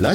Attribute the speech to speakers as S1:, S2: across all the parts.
S1: ラ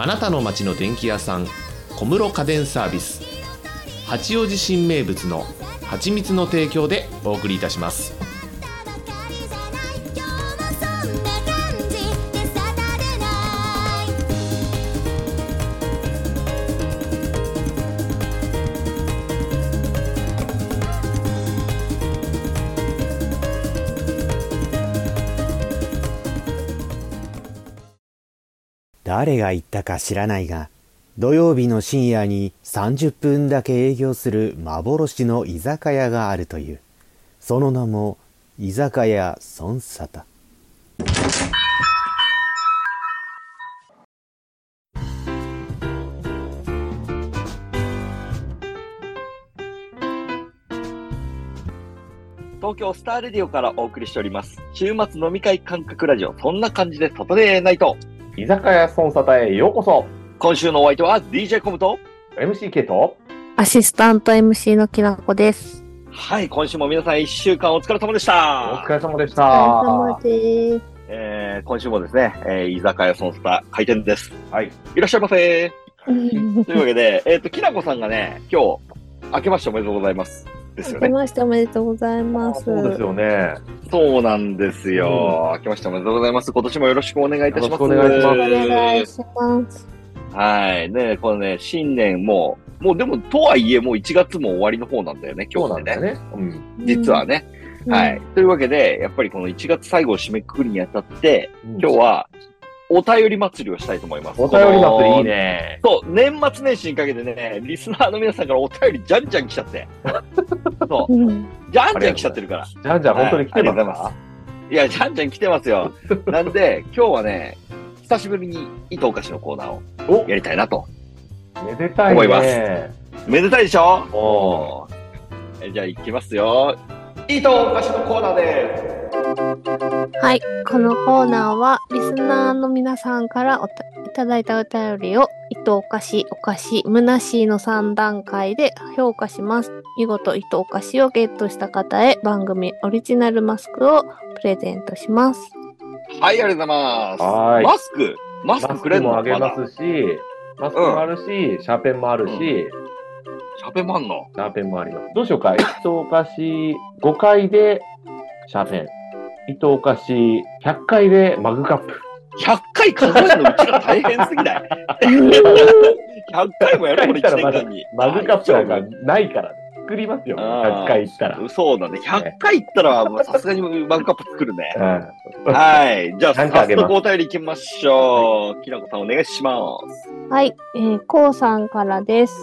S1: あなたの街の電気屋さん小室家電サービス八王子新名物の蜂蜜の提供でお送りいたします
S2: たばかりじゃない今日もそんな感じでサタデーナイト
S3: 誰が言ったか知らないが、土曜日の深夜に30分だけ営業する幻の居酒屋があるという。その名も、居酒屋孫沙汰。
S4: 東京スターレディオからお送りしております。週末飲み会感覚ラジオ、そんな感じでサタデーナイト。
S5: 居酒屋孫沙汰へようこそ
S4: 今週のお相手は DJ コムと、
S5: !MCK と
S6: アシスタント MC のきなこです。
S4: はい、今週も皆さん1週間お疲れ様でし
S5: お
S4: た
S5: 疲。れ様でし
S6: お
S5: た
S6: 疲れ様です。
S4: えー、今週もですね、えー、居酒屋孫沙汰開店です。
S5: はい。
S4: いらっしゃいませ。というわけで、えっ、と、きなこさんがね、今日、明けましておめでとうございます。ですよ
S6: 明け
S4: ね。
S6: ましておめでとうございます。
S5: そうですよね。
S4: そうなんですよ。明けましておめでとうございます。今年もよろしくお願いいたします。
S5: よろしくお願いし
S6: お
S5: ま
S6: 願いします。
S4: はい。ねこのね、新年も、もうでも、とはいえ、もう1月も終わりの方なんだよね、今
S5: そう
S4: 日
S5: な
S4: で
S5: ん
S4: ね。
S5: だよね。うん。
S4: 実はね。
S6: うん
S4: はい。というわけで、やっぱりこの1月最後を締めくくりにあたって、今日
S5: は、
S4: は、お便り祭りをしたいと思います。
S5: お便り祭りいい
S4: この。
S5: ね。
S4: そう、年末年始にかけてね、リスナーの皆さんからお便りじゃんじゃん来ち ゃって。そう、
S6: うん
S4: じゃんじゃん来ちゃってるから。
S5: じゃんじゃん本当に来てます
S4: はい
S5: か
S4: いや、じゃんじゃん来てま すよ。なんで、今日はね、久しぶりに糸お菓子のコーナーを
S5: お
S4: やりたいなと。
S5: めでたいね。
S4: 思いますめでたいでしょ
S5: お
S4: おえじゃあ行きますよ。いいとお菓子のコーナーで
S6: はい。このコーナーは、リスナーの皆さんからおたいただいたお便りを、糸おかし、おかし、むなしの3段階で評価します。見事、糸おかしをゲットした方へ、番組オリジナルマスクをプレゼントします。
S4: す。はい、ありがとうございます。
S5: はーい
S4: マスクマス
S5: マ
S4: ク
S5: ス
S4: くれ
S5: ク
S4: んの
S5: もあげ
S4: だ
S5: ますし、マスクもあるし、シャーペンもあるし、
S4: うん
S5: シ
S4: シャペマンの。
S5: ャーペンもあります。どうしようか。糸お菓子5回でシャーペン。糸お菓子100回でマグカップ。
S4: 100回数えるのうちら大変すぎない ?100 回もやるこれ1年間に。
S5: マグカップなんかないから、ね、作りますよ。
S4: あー
S5: 100回行ったら。
S4: そうだね。100回行ったら、もうさすがにマグカップ作るね。
S5: うん
S4: はい。じゃあ、
S5: なん
S4: 早
S5: かあげます
S4: 速お便り行きましょう。きなこさん、お願いします。
S6: はい、えー、こうさんからです。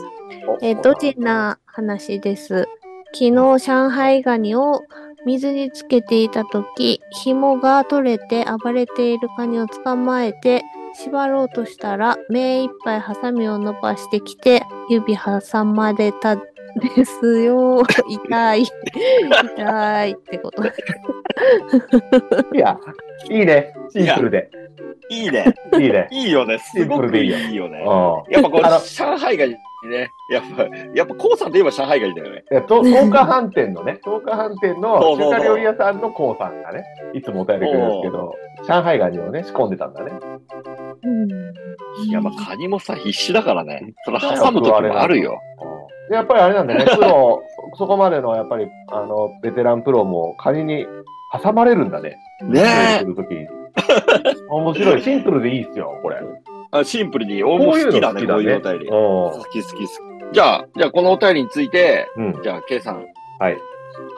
S6: えー、ドジな話です。昨日、上海ガニを水につけていたとき、紐が取れて暴れているカニを捕まえて、縛ろうとしたら、目いっぱいハサミを伸ばしてきて、指挟まれたですよ。 痛い。痛いってこと。
S5: いや、いいね。シンプルで。
S4: いいね。
S5: いいね。
S4: いいよね。すごくいいよ
S5: う
S4: ね
S5: ん。。い
S4: やっぱこれ
S5: あの、
S4: 上海がいいね。やっぱ、やっぱ、こうさんといえば上海がいいだよね。
S5: やと東華飯店のね、東華飯店の
S4: そうそうそう
S5: 中華料理屋さんのコウさんがね、いつもお便りくれるんですけど、上海ガニをね、仕込んでたんだね。
S6: うん
S4: いや、まあ、カニもさ、必死だからね。それ挟む時もあるよ。
S5: うんやっぱりあれなんだ よね、プロ、そこまでのやっぱり、あの、ベテランプロも仮に挟まれるんだね。
S4: ね
S5: 料理
S4: え
S5: する時に面白い。シンプルでいいっすよ、これ。
S4: あ。シンプルに、俺も好きだね、こういうお便り。好き好き好き。じゃあ、じゃあこのお便りについて、
S5: うん。うん。
S4: じゃあ、ケイさん、
S5: はい。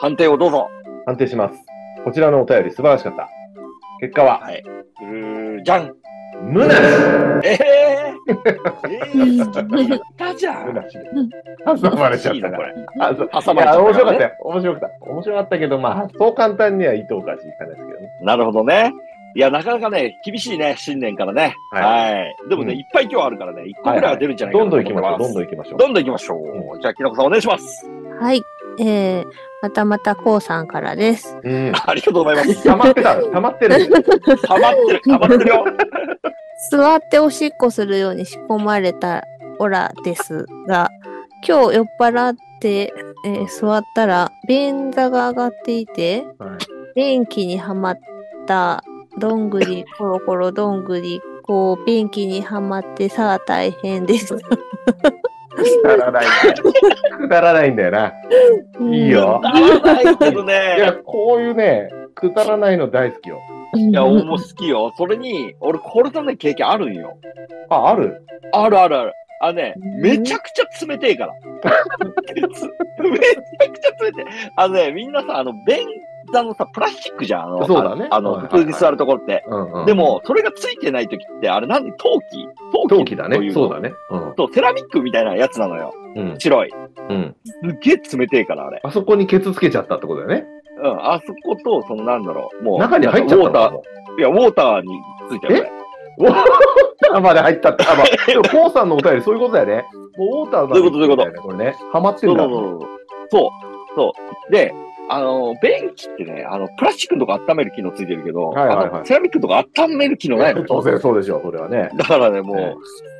S4: 判定をどうぞ。
S5: 判定します。こちらのお便り素晴らしかった。結果は、
S4: はい。うーじゃん。
S5: むなし
S4: え えー、えー、言ったじゃ
S5: む
S4: ん。
S5: なしで。挟まれちゃっ
S4: いい
S5: た
S4: な
S5: から
S4: これ。。
S5: あそう
S4: 挟
S5: い
S4: まれちゃ
S5: や、面白かっ
S4: ね
S5: たよ。面白かった。面白かったけど、まあ、そう簡単には糸おかしいかないですけどね。
S4: なるほどね。いや、なかなかね、厳しいね、新年からね。は。
S5: はい
S4: でもね、
S5: うん
S4: いっぱい今日あるからね、1個ぐらいは出るんじゃないか
S5: ど
S4: なんと
S5: どん
S4: 思
S5: 行
S4: って
S5: きましょ
S4: ま
S5: う。
S4: す。
S5: どんどん行きましょう。
S4: どんどん行きましょう。じゃあ、きなこさんお願いし ます。
S6: はい。えー、またまたこうさんからです。
S5: うん。
S4: ありがとうございます。
S5: 溜まってた、溜まってる。
S4: 溜まってる、溜まってるよ。
S6: 座っておしっこするように仕込まれたオラですが、今日酔っ払って、えー座ったら便座が上がっていて、
S5: はい
S6: 便器にはまったどんぐりコロコロどんぐりこう便器にはまってさあ大変です。
S5: くだらない。くだらないんだよな。いいよ。
S4: 溜まらないけど
S5: いや、
S4: ね。
S5: こういうね、くだらないの大好きよ。
S6: うん。
S4: いや、
S6: うん
S4: 俺も好きよ。それに、俺、これとね、経験あるんよ。
S5: あ、ある
S4: あるあるある。あね、
S6: うん
S4: めちゃくちゃ冷てえから。めちゃくちゃ冷てえ。あのね、みんなさ、あの、便座のさ、プラスチックじゃん。あの、
S5: そうだね
S4: あの、
S5: はいはいはい
S4: 普通に座るところって。
S5: うんうん。
S4: で、も、それがついてないときって、あれなんで陶器
S5: 陶器だ
S4: とい
S5: ね。
S4: の
S5: そうだね。うん
S4: そう、セラミックみたいなやつなのよ。
S5: うん。
S4: 白い。
S5: うん。
S4: すっげえ冷てえから、あれ。
S5: あそこにケツつけちゃったってことだよね。
S4: うん、あそこと、その、なんだろう。もう、
S5: 中に入っちゃった
S4: ウォータ
S5: の
S4: ー、いや、ウォーターについてる。
S5: ウォーターまで入ったって。 あ、まあ、でも、コウさんのお便りそういうことだよね。もうウォーターまで入っちゃったんだよね。これね。ハマって
S4: そ
S5: る
S4: う
S5: か
S4: そ
S5: ら
S4: う。そうそう。そう。そう。で、あの、便器ってね、あの、プラスチックのとこ温める機能ついてるけど、
S5: はいはいはい
S4: あのセラミックのとこ温める機能ないのよ。
S5: 当然そうでしょう、それはね。
S4: だからね、も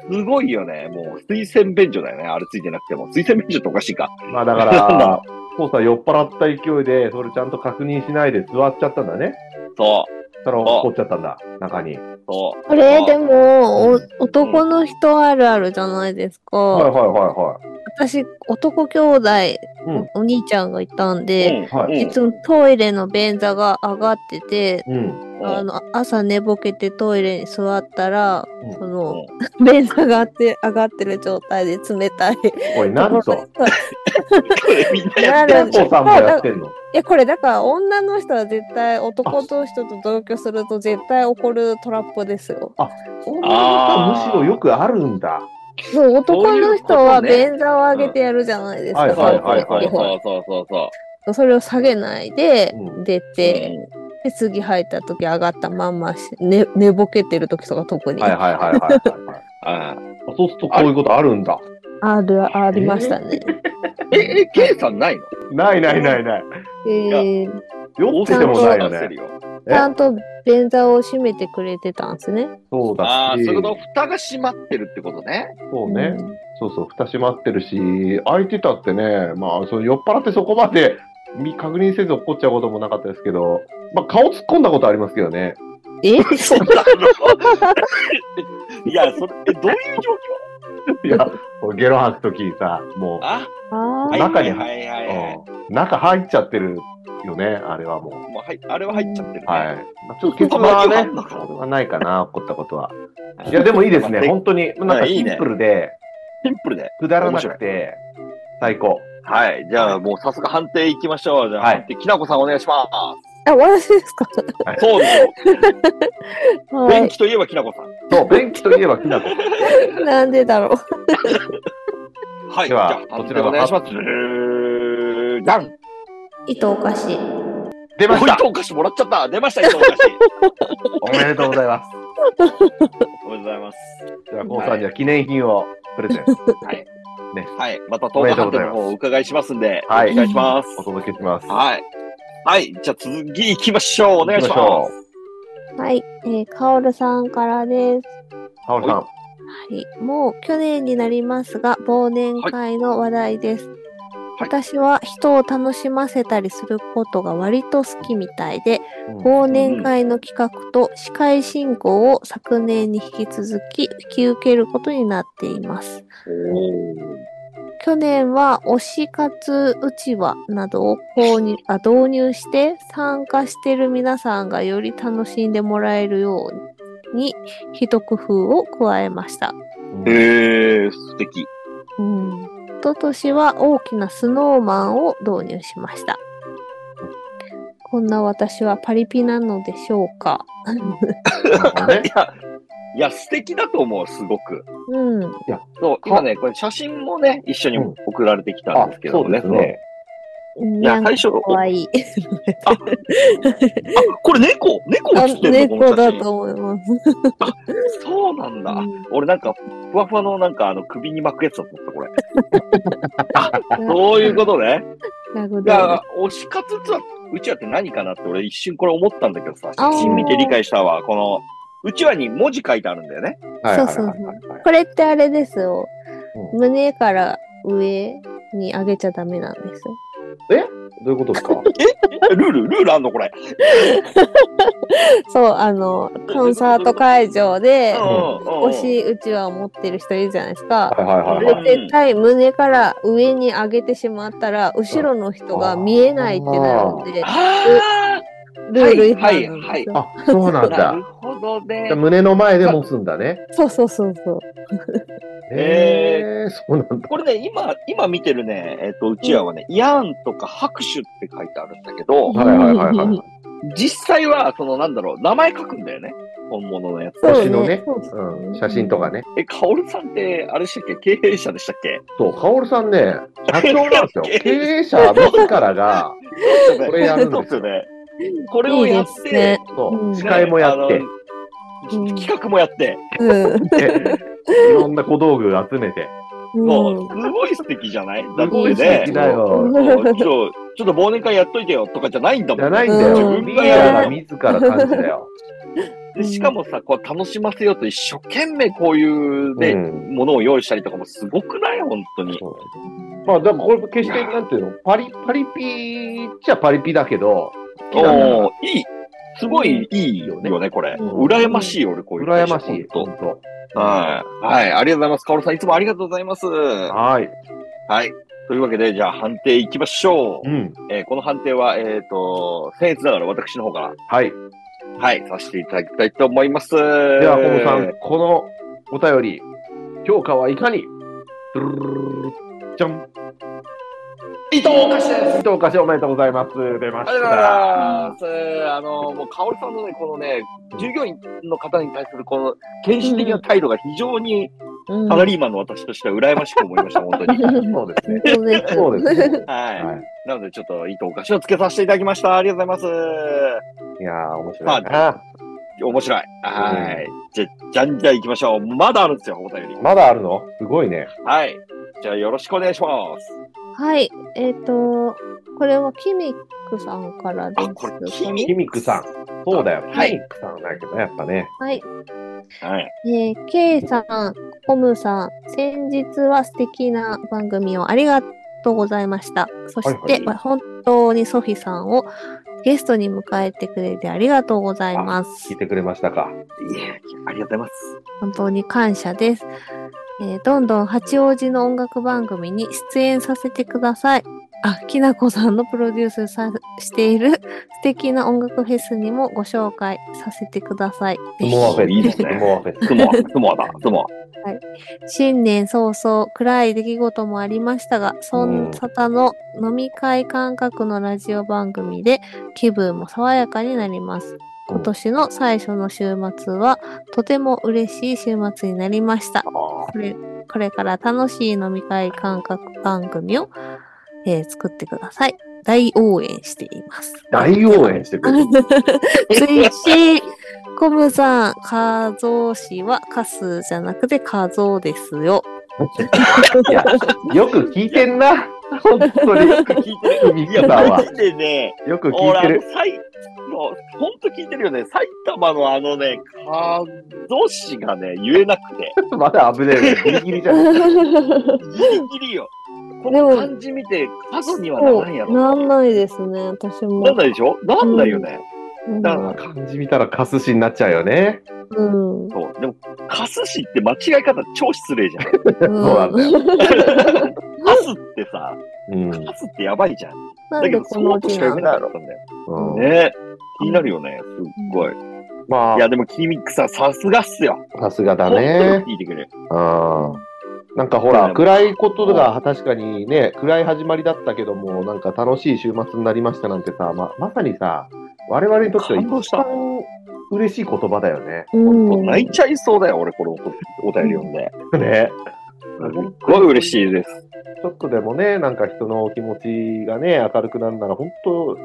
S4: う、すごいよね。もう、水洗便所だよね。あれついてなくても。水洗便所っておかしいか。
S5: まあだか
S4: なんだ
S5: ら、コウさん酔っ払った勢いで、それちゃんと確認しないで座っちゃったんだね。
S4: そ
S5: それを怒っちゃったんだ、中に。
S4: う。そう。
S6: これで
S4: も。
S6: もお男の人あるあるじゃないですか。
S5: はいはいは
S6: 私男兄弟、
S5: いはい。
S6: お兄ちゃんがいたん
S4: う
S6: で、
S4: ん。
S5: はい
S4: うん
S6: いつもトイレの便座が上がってて、
S5: うん。うん。
S6: あの朝寝ぼけてトイレに座ったら、
S5: うん
S6: その、 便座があって上がってる状態で冷たいと
S5: おい、なん
S6: ころ
S5: と。
S6: で
S5: コ
S4: これみんなや
S6: な
S4: ってる
S6: るん
S5: ウ
S6: で
S5: さんもやってんの。
S6: いやこれだから女の人は絶対男の人と同居すると絶対起こるトラップですよ。
S5: そんなこと
S4: あ
S5: は
S4: ー
S5: むしろよくあるんだ。
S6: そう男の人は
S4: そういうことね
S6: 便座を上げてやるじゃないですか。
S5: うんはいはいはい
S4: そうそうそうそうそ
S6: それを下げないで
S5: うん
S6: 出
S4: う。
S6: て、で次入った時上がったまんまし、ね、寝ぼけてる時とか特に、
S5: はいはいはいはいはい はい。
S4: うんああ
S5: あそうするとこういうことあるんだ。
S6: あるありましたね。
S4: え、え、ケイさんないの
S5: ないないないない。
S6: えー
S5: 酔っててもないよ
S4: 大阪の話してる
S5: ね。
S4: よ
S5: え
S6: ちゃんと便座を閉めてくれてたんですね。
S5: そう
S4: あ
S5: だ
S4: あ、そう
S5: し
S4: い、うこと、蓋が閉まってるってことね。
S5: そうね。そうそう、蓋閉まってるし、開いてたってね、まあ、その酔っ払ってそこまで見確認せず怒っちゃうこともなかったですけど、まあ、顔突っ込んだことありますけどね。
S6: え
S4: そんなのいや、それ、え、どういう状況
S5: いや、こうゲロ吐くときさ、も
S4: あ、
S6: あ
S4: はい
S6: ー
S5: 中に
S4: はいは
S5: う、
S4: いはい。
S5: うん中入っちゃってるよね、あれはもう。
S4: もうはい、あれは入っちゃってるね。
S5: はい。まあちょっと結論はね、俺はないかな、怒ったこと は。いや、でもいいですね、本当に。なん
S4: は
S5: か
S4: いい
S5: シ
S4: い
S5: ン
S4: ね
S5: プルで、
S4: シンプルで。
S5: くだらなくて、最高。
S4: はい。じゃあ、もう早速判定いきましょう。じゃあ、
S5: はい
S4: 判定、きなこさんお願いしま
S6: あ、私ですか
S4: す。そうですよ。
S6: は
S4: 便
S6: い。
S4: 器といえばきなこさん。
S5: そう、便器といえばきなこ。
S6: なんでだろう。
S4: はい。
S5: では
S4: じゃあ、判定お願いします。じゃん
S6: 糸おかし。
S5: 出まし
S4: おい
S5: た
S4: とお菓子もらっちゃった出ました、いとお菓子。
S5: おめでとうございます。
S4: おめでとうございます。
S5: じゃあ、コウさんには記念品をプレゼント、
S4: はい。また動画判定の方をお伺いしますんで、
S5: はい
S4: お願いします。
S5: お届けします。
S4: はい。はい。じゃあ、続き行きましょう。お願いします。
S5: 行きしょ
S6: はい。えー、カオルさんからです。
S5: う。ハオルさん。
S6: はい、もう去年になりますが忘年会の話題です、私は人を楽しませたりすることが割と好きみたいで、
S5: うん
S6: 忘年会の企画と司会進行を昨年に引き続き引き受けることになっています去年は推し活うちわなどを購入あ導入して参加している皆さんがより楽しんでもらえるように一工夫を加えました
S4: へえー、素敵。
S6: うん一昨年は大きなスノーマンを導入しました。こんな私はパリピなのでしょうか。
S5: なる
S4: いや、いや、素敵だと思う、すごく。
S6: うん。
S4: そう、今ね、これ写真もね、一緒に送られてきたんですけど
S5: ほ どね。あ、そう
S4: ね。
S5: ですね。
S6: い
S4: や最初
S6: かわいい。
S4: あ、これ猫猫が
S6: あ
S4: 写ってんのこ
S6: 猫
S4: の写
S6: だ
S4: 真
S6: と思います。
S4: そうなんだ。
S6: うん
S4: 俺なんか、ふわふわのなんかあの首に巻くやつだと思った、 これ。あそういうことね。
S6: なるほ
S4: いや
S6: ど。、
S4: 推し活とは、うちわって何かなって俺一瞬これ思ったんだけどさ、写真見て理解したわ。この、うちわに文字書いてあるんだよね。
S5: はいはいはい
S6: そうそう
S5: はい
S6: これってあれですよ。
S5: うん
S6: 胸から上に上げちゃダメなんですよ。
S5: どういうことですか
S4: えルール、ルールあんのこれ。
S6: そう、あの、コンサート会場で、
S4: 推
S6: 推しうちわを持ってる人いるじゃないですか。
S5: はいはいはい
S6: で
S5: はい。
S6: 絶対胸から上に上げてしまったら、後ろの人が見えないってなるので、
S4: あ
S6: ルール違
S4: は
S6: 反
S4: い
S6: な
S4: は
S6: ん
S4: いはい
S6: ですよ。
S5: あ、そうな
S4: あ
S5: ん
S4: な
S5: だ
S4: る。ほどね
S5: じゃあ。胸の前で持つんだね。
S6: そうそうそうそう。
S4: へ
S5: へえ、そうなんだ。
S4: これね、今、今見てるね、えっ、と、うちわはね、イヤーンとか拍手って書いてあるんだけど、
S5: はいはいはいはい。
S4: 実際は、その、なんだろう、名前書くんだよね。本物のやつ。
S6: そうね
S5: 推しのね、
S6: そうそう
S5: うん、写真とかね。
S4: え、カオルさんって、あれでしたっけ経営者でしたっけ
S5: そう、カオルさんね、社長なん ですよ
S4: 経営。
S5: 経営者自ら が、これやるん
S4: そ
S5: で
S4: うですすよ
S5: よ。
S4: ね。これをやっ
S6: いい
S4: て、
S6: ですね
S5: そう う、
S6: ん
S5: 司会もやって、
S4: あの
S6: うん
S4: 企画もやって、
S6: うん。
S5: でいろんな小道具集めて。
S4: も
S6: うん
S4: う、すごい素敵じゃないだ
S5: す
S4: っ
S5: ご
S4: て
S5: い素敵
S4: ね、
S5: だよ。
S4: そうちょちょっと忘年会やっといてよとかじゃないんだ
S5: じ
S4: も
S5: ゃ
S4: ん。
S5: ないんだよ。
S6: うん
S5: リーダーが自ら感じだよ。
S4: でしかもさ、こう楽しませようと一生懸命こういうね、
S5: うん
S4: ものを用意したりとかもすごくない本当に。
S5: そうまあ、でもこれ決して、なんていうの、パリ、パリピーっちゃパリピだけど、好
S4: お
S5: きなんだ
S4: おーいい。すごいいいよね、
S5: う
S4: これ。
S6: うん
S4: 羨ましいよ、俺、こういう会
S5: 羨
S4: 社。
S5: ましい。
S4: ほんと
S5: 本当。
S4: はい。はい、ありがとうございます。カオルさん、いつもありがとうございます。は
S5: はい。
S4: い。というわけで、じゃあ判定いきましょう
S5: う。ん。
S4: えーこの判定は、えっ、と、僭越ながら私の方から、
S5: はい。
S4: はい、させていただきたいと思います。で
S5: で
S4: は
S5: は、コモさん、このお便り、評価はいかにドゥルルルルルじゃん。
S4: 伊藤おかしです。
S5: 伊藤おめでとうございます。出ま
S4: あ
S5: し
S4: りがとうござ
S5: た。
S4: います。あの、もう、かおりさんのね、このね、従業員の方に対する、この、献身的な態度が非常に、
S6: うん
S4: サラリーマンの私としては羨ましく思いました、本当に。
S5: そうですね。
S6: そうです
S5: そうですね。
S4: はい。
S5: はい
S4: なので、ちょっと、いいとお菓子をつけさせていただきました。ありがとうございます。
S5: いやー、面白いな。
S4: 面白い。はい。じゃ、じゃんじゃん行きましょう。まだあるんですよ、お便り。
S5: まだあるのすごいね。
S4: はい。じゃあ、よろしくお願いします。
S6: はい。えっ、と、これはキミックさんからです
S4: あこれキミ
S5: キミックさん。そうだよ。
S4: は
S5: キ
S4: い
S5: ミックさんだけどね、やっぱね。
S6: はい。
S4: はい。
S6: えー、K さん、コムさん、先日は素敵な番組をありがとうございました。そして、
S5: はいは
S6: 本当にソフィさんをゲストに迎えてくれてありがとうございま
S5: 聞
S6: す
S5: い。てくれましたか。
S4: いえ、ありがとうございます。
S6: 本当に感謝です。えーどんどん八王子の音楽番組に出演させてください。あ、きなこさんのプロデュースさしている 素敵な音楽フェスにもご紹介させてください。
S5: スモアフェス。
S4: いいですね
S5: スモアフェス。
S4: スモア、スモアだ、スモア。
S6: 新年早々、暗い出来事もありましたが、そ
S5: うん
S6: んさたの飲み会感覚のラジオ番組で気分も爽やかになります。今年の最初の週末は、とても嬉しい週末になりました。これこれから楽しい飲み会感覚番組を、えー作ってください。大応援しています。
S5: 大応援してくれる。
S6: 追伸コムさん、カゾウ氏はカスじゃなくてカゾウです よ。
S5: いや、よく聞いてんな。本当に。よく聞いてる。キミッ
S4: い
S5: ク
S4: や、
S5: さん
S4: マ
S5: は。
S4: ジでね、
S5: よく聞
S4: 俺、
S5: い
S4: あ
S5: て
S4: の、
S5: る。
S4: 埼もう、ほんと聞いてるよね。埼玉のあのね、かぞしがね、言えなくて、
S5: まだ危ねえね。ギリギリじゃん。
S4: ギリギリよ。この漢字見て、かぞにはならんやろ。
S6: なんないですね、私も。
S4: なんないでしょなんないよね。
S6: うん
S4: だから、
S5: 漢字見たらカスシになっちゃうよね。
S6: うん。
S4: そう。でも、かすしって間違い方超失礼じゃん。
S5: そうなんだよ。
S4: かすってさ、
S5: うん。
S4: かすってやばいじゃん。だ
S6: なん
S4: け
S6: で
S4: ど、
S6: こ
S4: そ
S6: の
S4: のと
S6: 字
S4: しか
S6: な
S4: 読
S6: ん
S4: め
S6: だ
S4: な
S6: ろ
S4: か
S6: う。
S4: ったんだよ。
S5: うん
S4: ね気になるよね、すっごい。
S5: ま
S4: いや、でも、キミックさん、さすがっすよ。
S5: あ、さすがだ
S4: 本
S5: ね
S4: 当。に聞いてくれる。
S5: うん。なんかほら、暗いことが確かにね、暗い始まりだったけども、なんか楽しい週末になりましたなんてさ、ままさにさ、我々にとっては
S4: 感動し
S5: 一
S4: た
S5: 番嬉しい言葉だよ ね。
S6: うん。
S4: 泣いちゃいそうだよ、俺、このおお便り読んで。
S5: ね。
S4: すっごい嬉しいです。
S5: ちょっとでもね、なんか人の気持ちがね、明るくなるなら、本当、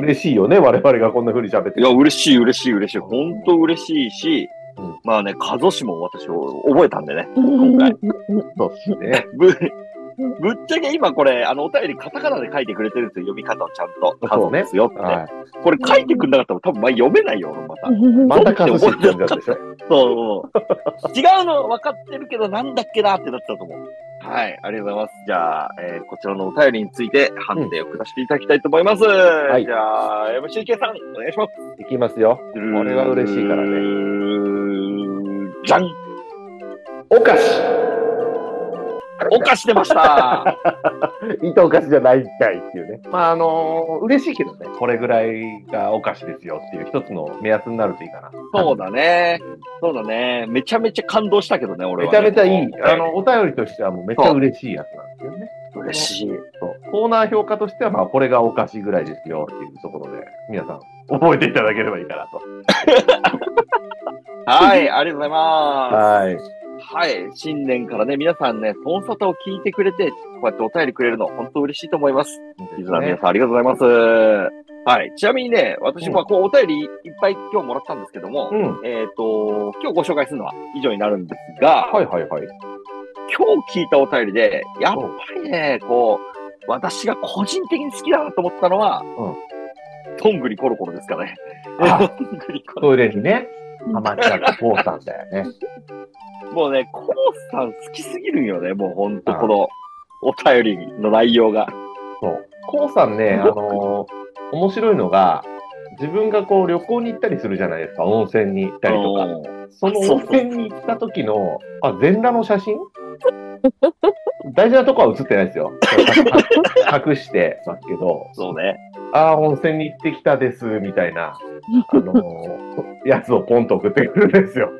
S5: 嬉しいよね、我々がこんな風に喋って
S4: いや、嬉しい、嬉しい、嬉しい。本当嬉しいし、
S5: うん
S4: まあね、カゾシも私を覚えたんでね、今回。
S5: そうですね。
S4: ぶぶっちゃけ今これ、あの、お便りカタカナで書いてくれてるんですよ、読み方をちゃんと。カ
S5: そ
S4: ゾ
S5: うね
S4: ですよって、
S5: は
S4: これ書いてくんなかったら多分まあ読めないよ、ま た。
S5: い。またカズシって呼んじゃうでしょ。
S4: そう。違うの分かってるけど、なんだっけなってなってたと思う。はい、ありがとうございます。じゃあ、えーこちらのお便りについて判定を下していただきたいと思います。
S5: い
S4: じゃあ、MCK さん、お願いします。
S5: いきますよ。
S4: こ
S5: れは嬉しいからね。
S4: じゃん
S5: お菓子
S4: お菓子出ました
S5: 糸お菓子じゃないんかいっていうね。まあ、あのー嬉しいけどね、これぐらいがお菓子ですよっていう一つの目安になるといいかな。
S4: そうだね。そうだね。めちゃめちゃ感動したけどね、俺
S5: め
S4: は
S5: ち
S4: ね、
S5: ゃめちゃいい。
S4: あ
S5: あ
S4: の、
S5: の、お便りとしてはもうめっちゃ嬉しいやつなんですよね。
S4: 嬉しい。
S5: そう。コーナー評価としては、まあ、これがお菓子ぐらいですよっていうところで、皆さん、覚えていただければいいかなと。
S4: はい、ありがとうございます。
S5: はい。
S4: はい、新年からね、皆さんね、トンサタを聞いてくれて、こうやってお便りくれるの、本当嬉しいと思います。リズナーの皆さん、ありがとうございます。はい、ちなみにね、私もこう、お便りいっぱい今日もらったんですけども、
S5: うん。
S4: えっ、と、今日ご紹介するのは以上になるんですが、
S5: はいはいはい。
S4: 今日聞いたお便りで、やっぱりね、こう、私が個人的に好きだなと思ったのは、どんぐりコロコロですかね。
S5: あ
S4: どんぐりコロ
S5: トイレにね、ハマっちゃったコウさんだよね。
S4: もうね、コウさん好きすぎるよね、もうほんと、このお便りの内容が。
S5: そう。コウさんね、あのー面白いのが、自分がこう旅行に行ったりするじゃないですか、温泉に行ったりとか。その温泉に行った時の、あ、全裸の写真大事なとこは写ってないですよ。 隠してますけど、
S4: そうね。
S5: ああ、温泉に行ってきたです、みたいな、あのーやつをポンと送ってくるんですよ。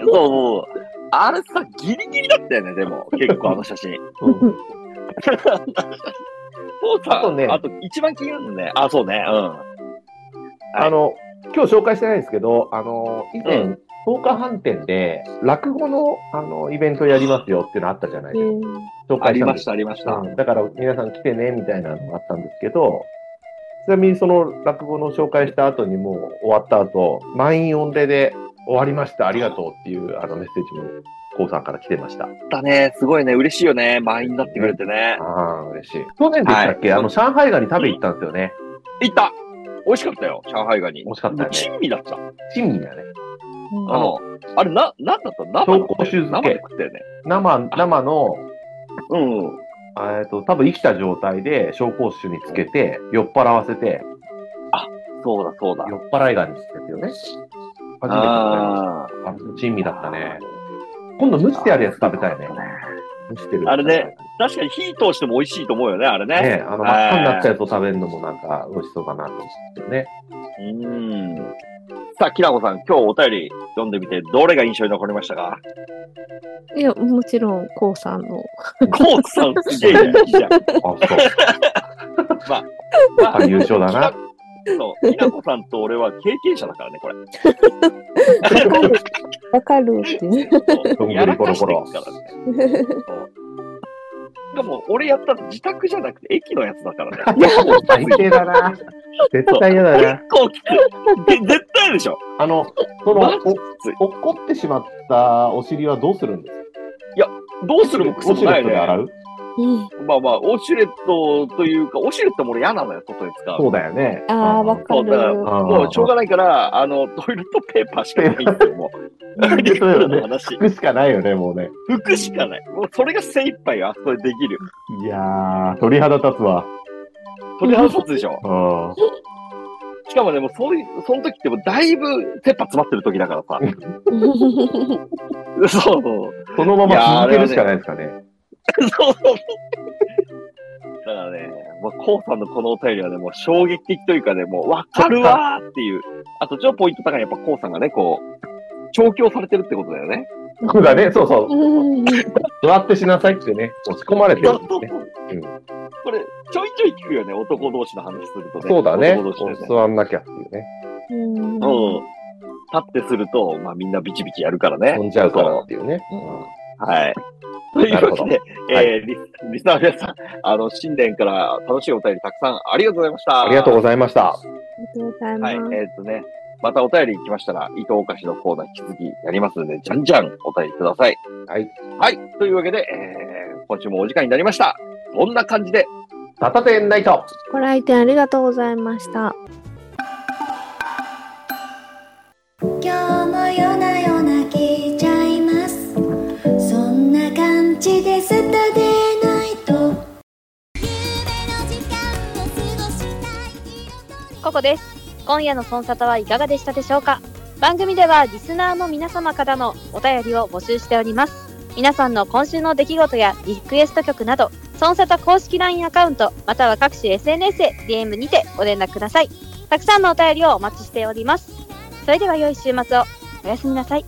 S4: そうそう。あれさ、ギリギリだったよね、でも。結構あの写真。そうさ、
S5: あとね
S4: あと一番気になるのね。あ、そうね。う
S5: あの、今日紹介してないんですけど、あのー以
S4: う
S5: 前、10日飯店で、落語の、あのイベントやりますよっていうのあったじゃないですか。紹
S4: ん。あ
S5: 介
S4: り
S5: したん
S4: ま
S5: です
S4: した、ありました。
S5: うんだから皆さん来てねみたいなのがあったんですけど、ちなみにその落語の紹介した後にもう終わった後、満員御礼で終わりました、ありがとうっていうあのメッセージも、こうさんから来てました。
S4: だね。すごいね。嬉しいよね。満員になってくれてね。
S5: ああ、嬉しい。去年でしたっけ、
S4: はい
S5: あの、上海ガニ食べ行ったんですよね。
S4: 行った美味しかったよ、上海ガニ。
S5: 美味しかったよね
S4: 珍味だった。
S5: 珍味だね。
S4: あの、あれ、な、なんだった生だった
S5: 紹興酒漬け
S4: 生で食ったよね。
S5: 生、生の、
S4: うん。
S5: えっと、多分生きた状態で紹興酒につけて、酔っ払わせて、
S4: そうだ、そうだ。
S5: 酔っ払いガニって言ってですよね。初めて食べま
S4: ああ
S5: した。あの珍味だったね。今度蒸してあるやつ食べたいね。蒸してる。
S4: あれね。確かに火通しても美味しいと思うよね、あれね。
S5: ね、あの、真っ赤になっちゃうと食べるのもなんか美味しそうだなと思ってね。
S4: うーん。さあ、きなこさん、今日お便り読んでみて、どれが印象に残りましたか
S6: いや、もちろん、こうさんの。
S4: コウさん、すげえ人気じゃん。
S5: あ、そう。
S4: まあ
S5: やっぱ優勝だな。
S4: そう、きなこさんと俺は経験者だからね、これ。
S6: わかる。 わかるって いう。
S4: そ
S5: ど
S4: うん
S5: ぐりコロコロ
S4: やらかしてるからねそうしかも、俺やったの自宅じゃなくて駅のやつだからね。
S5: 最低だな。絶対嫌だな。
S4: 結構きつい。で絶対でしょ。
S5: あの、その、
S4: マジきつい。
S5: お怒ってしまったお尻はどうするんですか
S4: どうするもクソ
S5: ウォ
S4: も
S5: シュ
S4: な
S5: レッ
S4: い
S5: トで洗
S4: ね。
S5: う
S4: まあまあ、ウォシュレットというか、ウォシュレットも俺嫌なのよ、外で使う。
S5: そうだよね。
S6: ああ、わか
S4: そうだから
S6: る。
S4: もうしょうがないから、あの、トイレットペーパーしかないんですよ、もう。
S5: イレットペーパー
S4: 袋の話。
S5: 服しかないよね、もうね。
S4: 服しかない。もうそれが精一杯あそこでできる。
S5: いやー、鳥肌立つわ。
S4: 鳥肌立つでし ょ。
S5: うん。
S4: しかもね、もうそういう、その時ってもうだいぶ切羽詰まってる時だからさ。 そうそう。
S5: そのまま続けるしかないですかね。
S4: そうそう。だからね、もう、コウさんのこのお便りはね、もう衝撃的というかね、もう、わかるわーっていう。あと、ちょっとポイント高いのはやっぱコウさんがね、こう、調教されてるってことだよね。
S5: そうだね、そうそう。
S6: うん
S5: 座ってしなさいってね、押し込まれてるんですね。うん
S4: これ、ちょいちょい聞くよね、男同士の話するとね。
S5: そうだね。
S4: 男同士でね。
S5: 座んなきゃっていうね。
S6: うん
S4: うん。立ってすると、まあみんなビチビチやるからね。
S5: 飛んじゃうからっていうね。
S4: はい。というわけで、えーリスリスナーの皆さん、あの、新年から楽しいお便りたくさんありがとうございました。
S5: ありがとうございました。
S6: りがとうございま
S4: はい、えー
S6: す。
S4: っ、とね、またお便り来ましたら、伊藤お菓子のコーナー引き続きやりますので、じゃんじゃんお便りください。
S5: はい。
S4: はい、というわけで、えー、今週もお時間になりました。そんな感じで、
S5: サタデーナイト
S6: ご来店ありがとうございました。
S2: 今日も夜な夜な聞いちゃいますそんな感じでサタデーナイト
S7: ここです。今夜のソンサタはいかがでしたでしょうか番組ではリスナーの皆様からのお便りを募集しております。皆さんの今週の出来事やリクエスト曲など、ソンサタ公式 LINE アカウント、または各種 SNS へ DM にてご連絡ください。たくさんのお便りをお待ちしております。それでは良い週末を。おやすみなさい。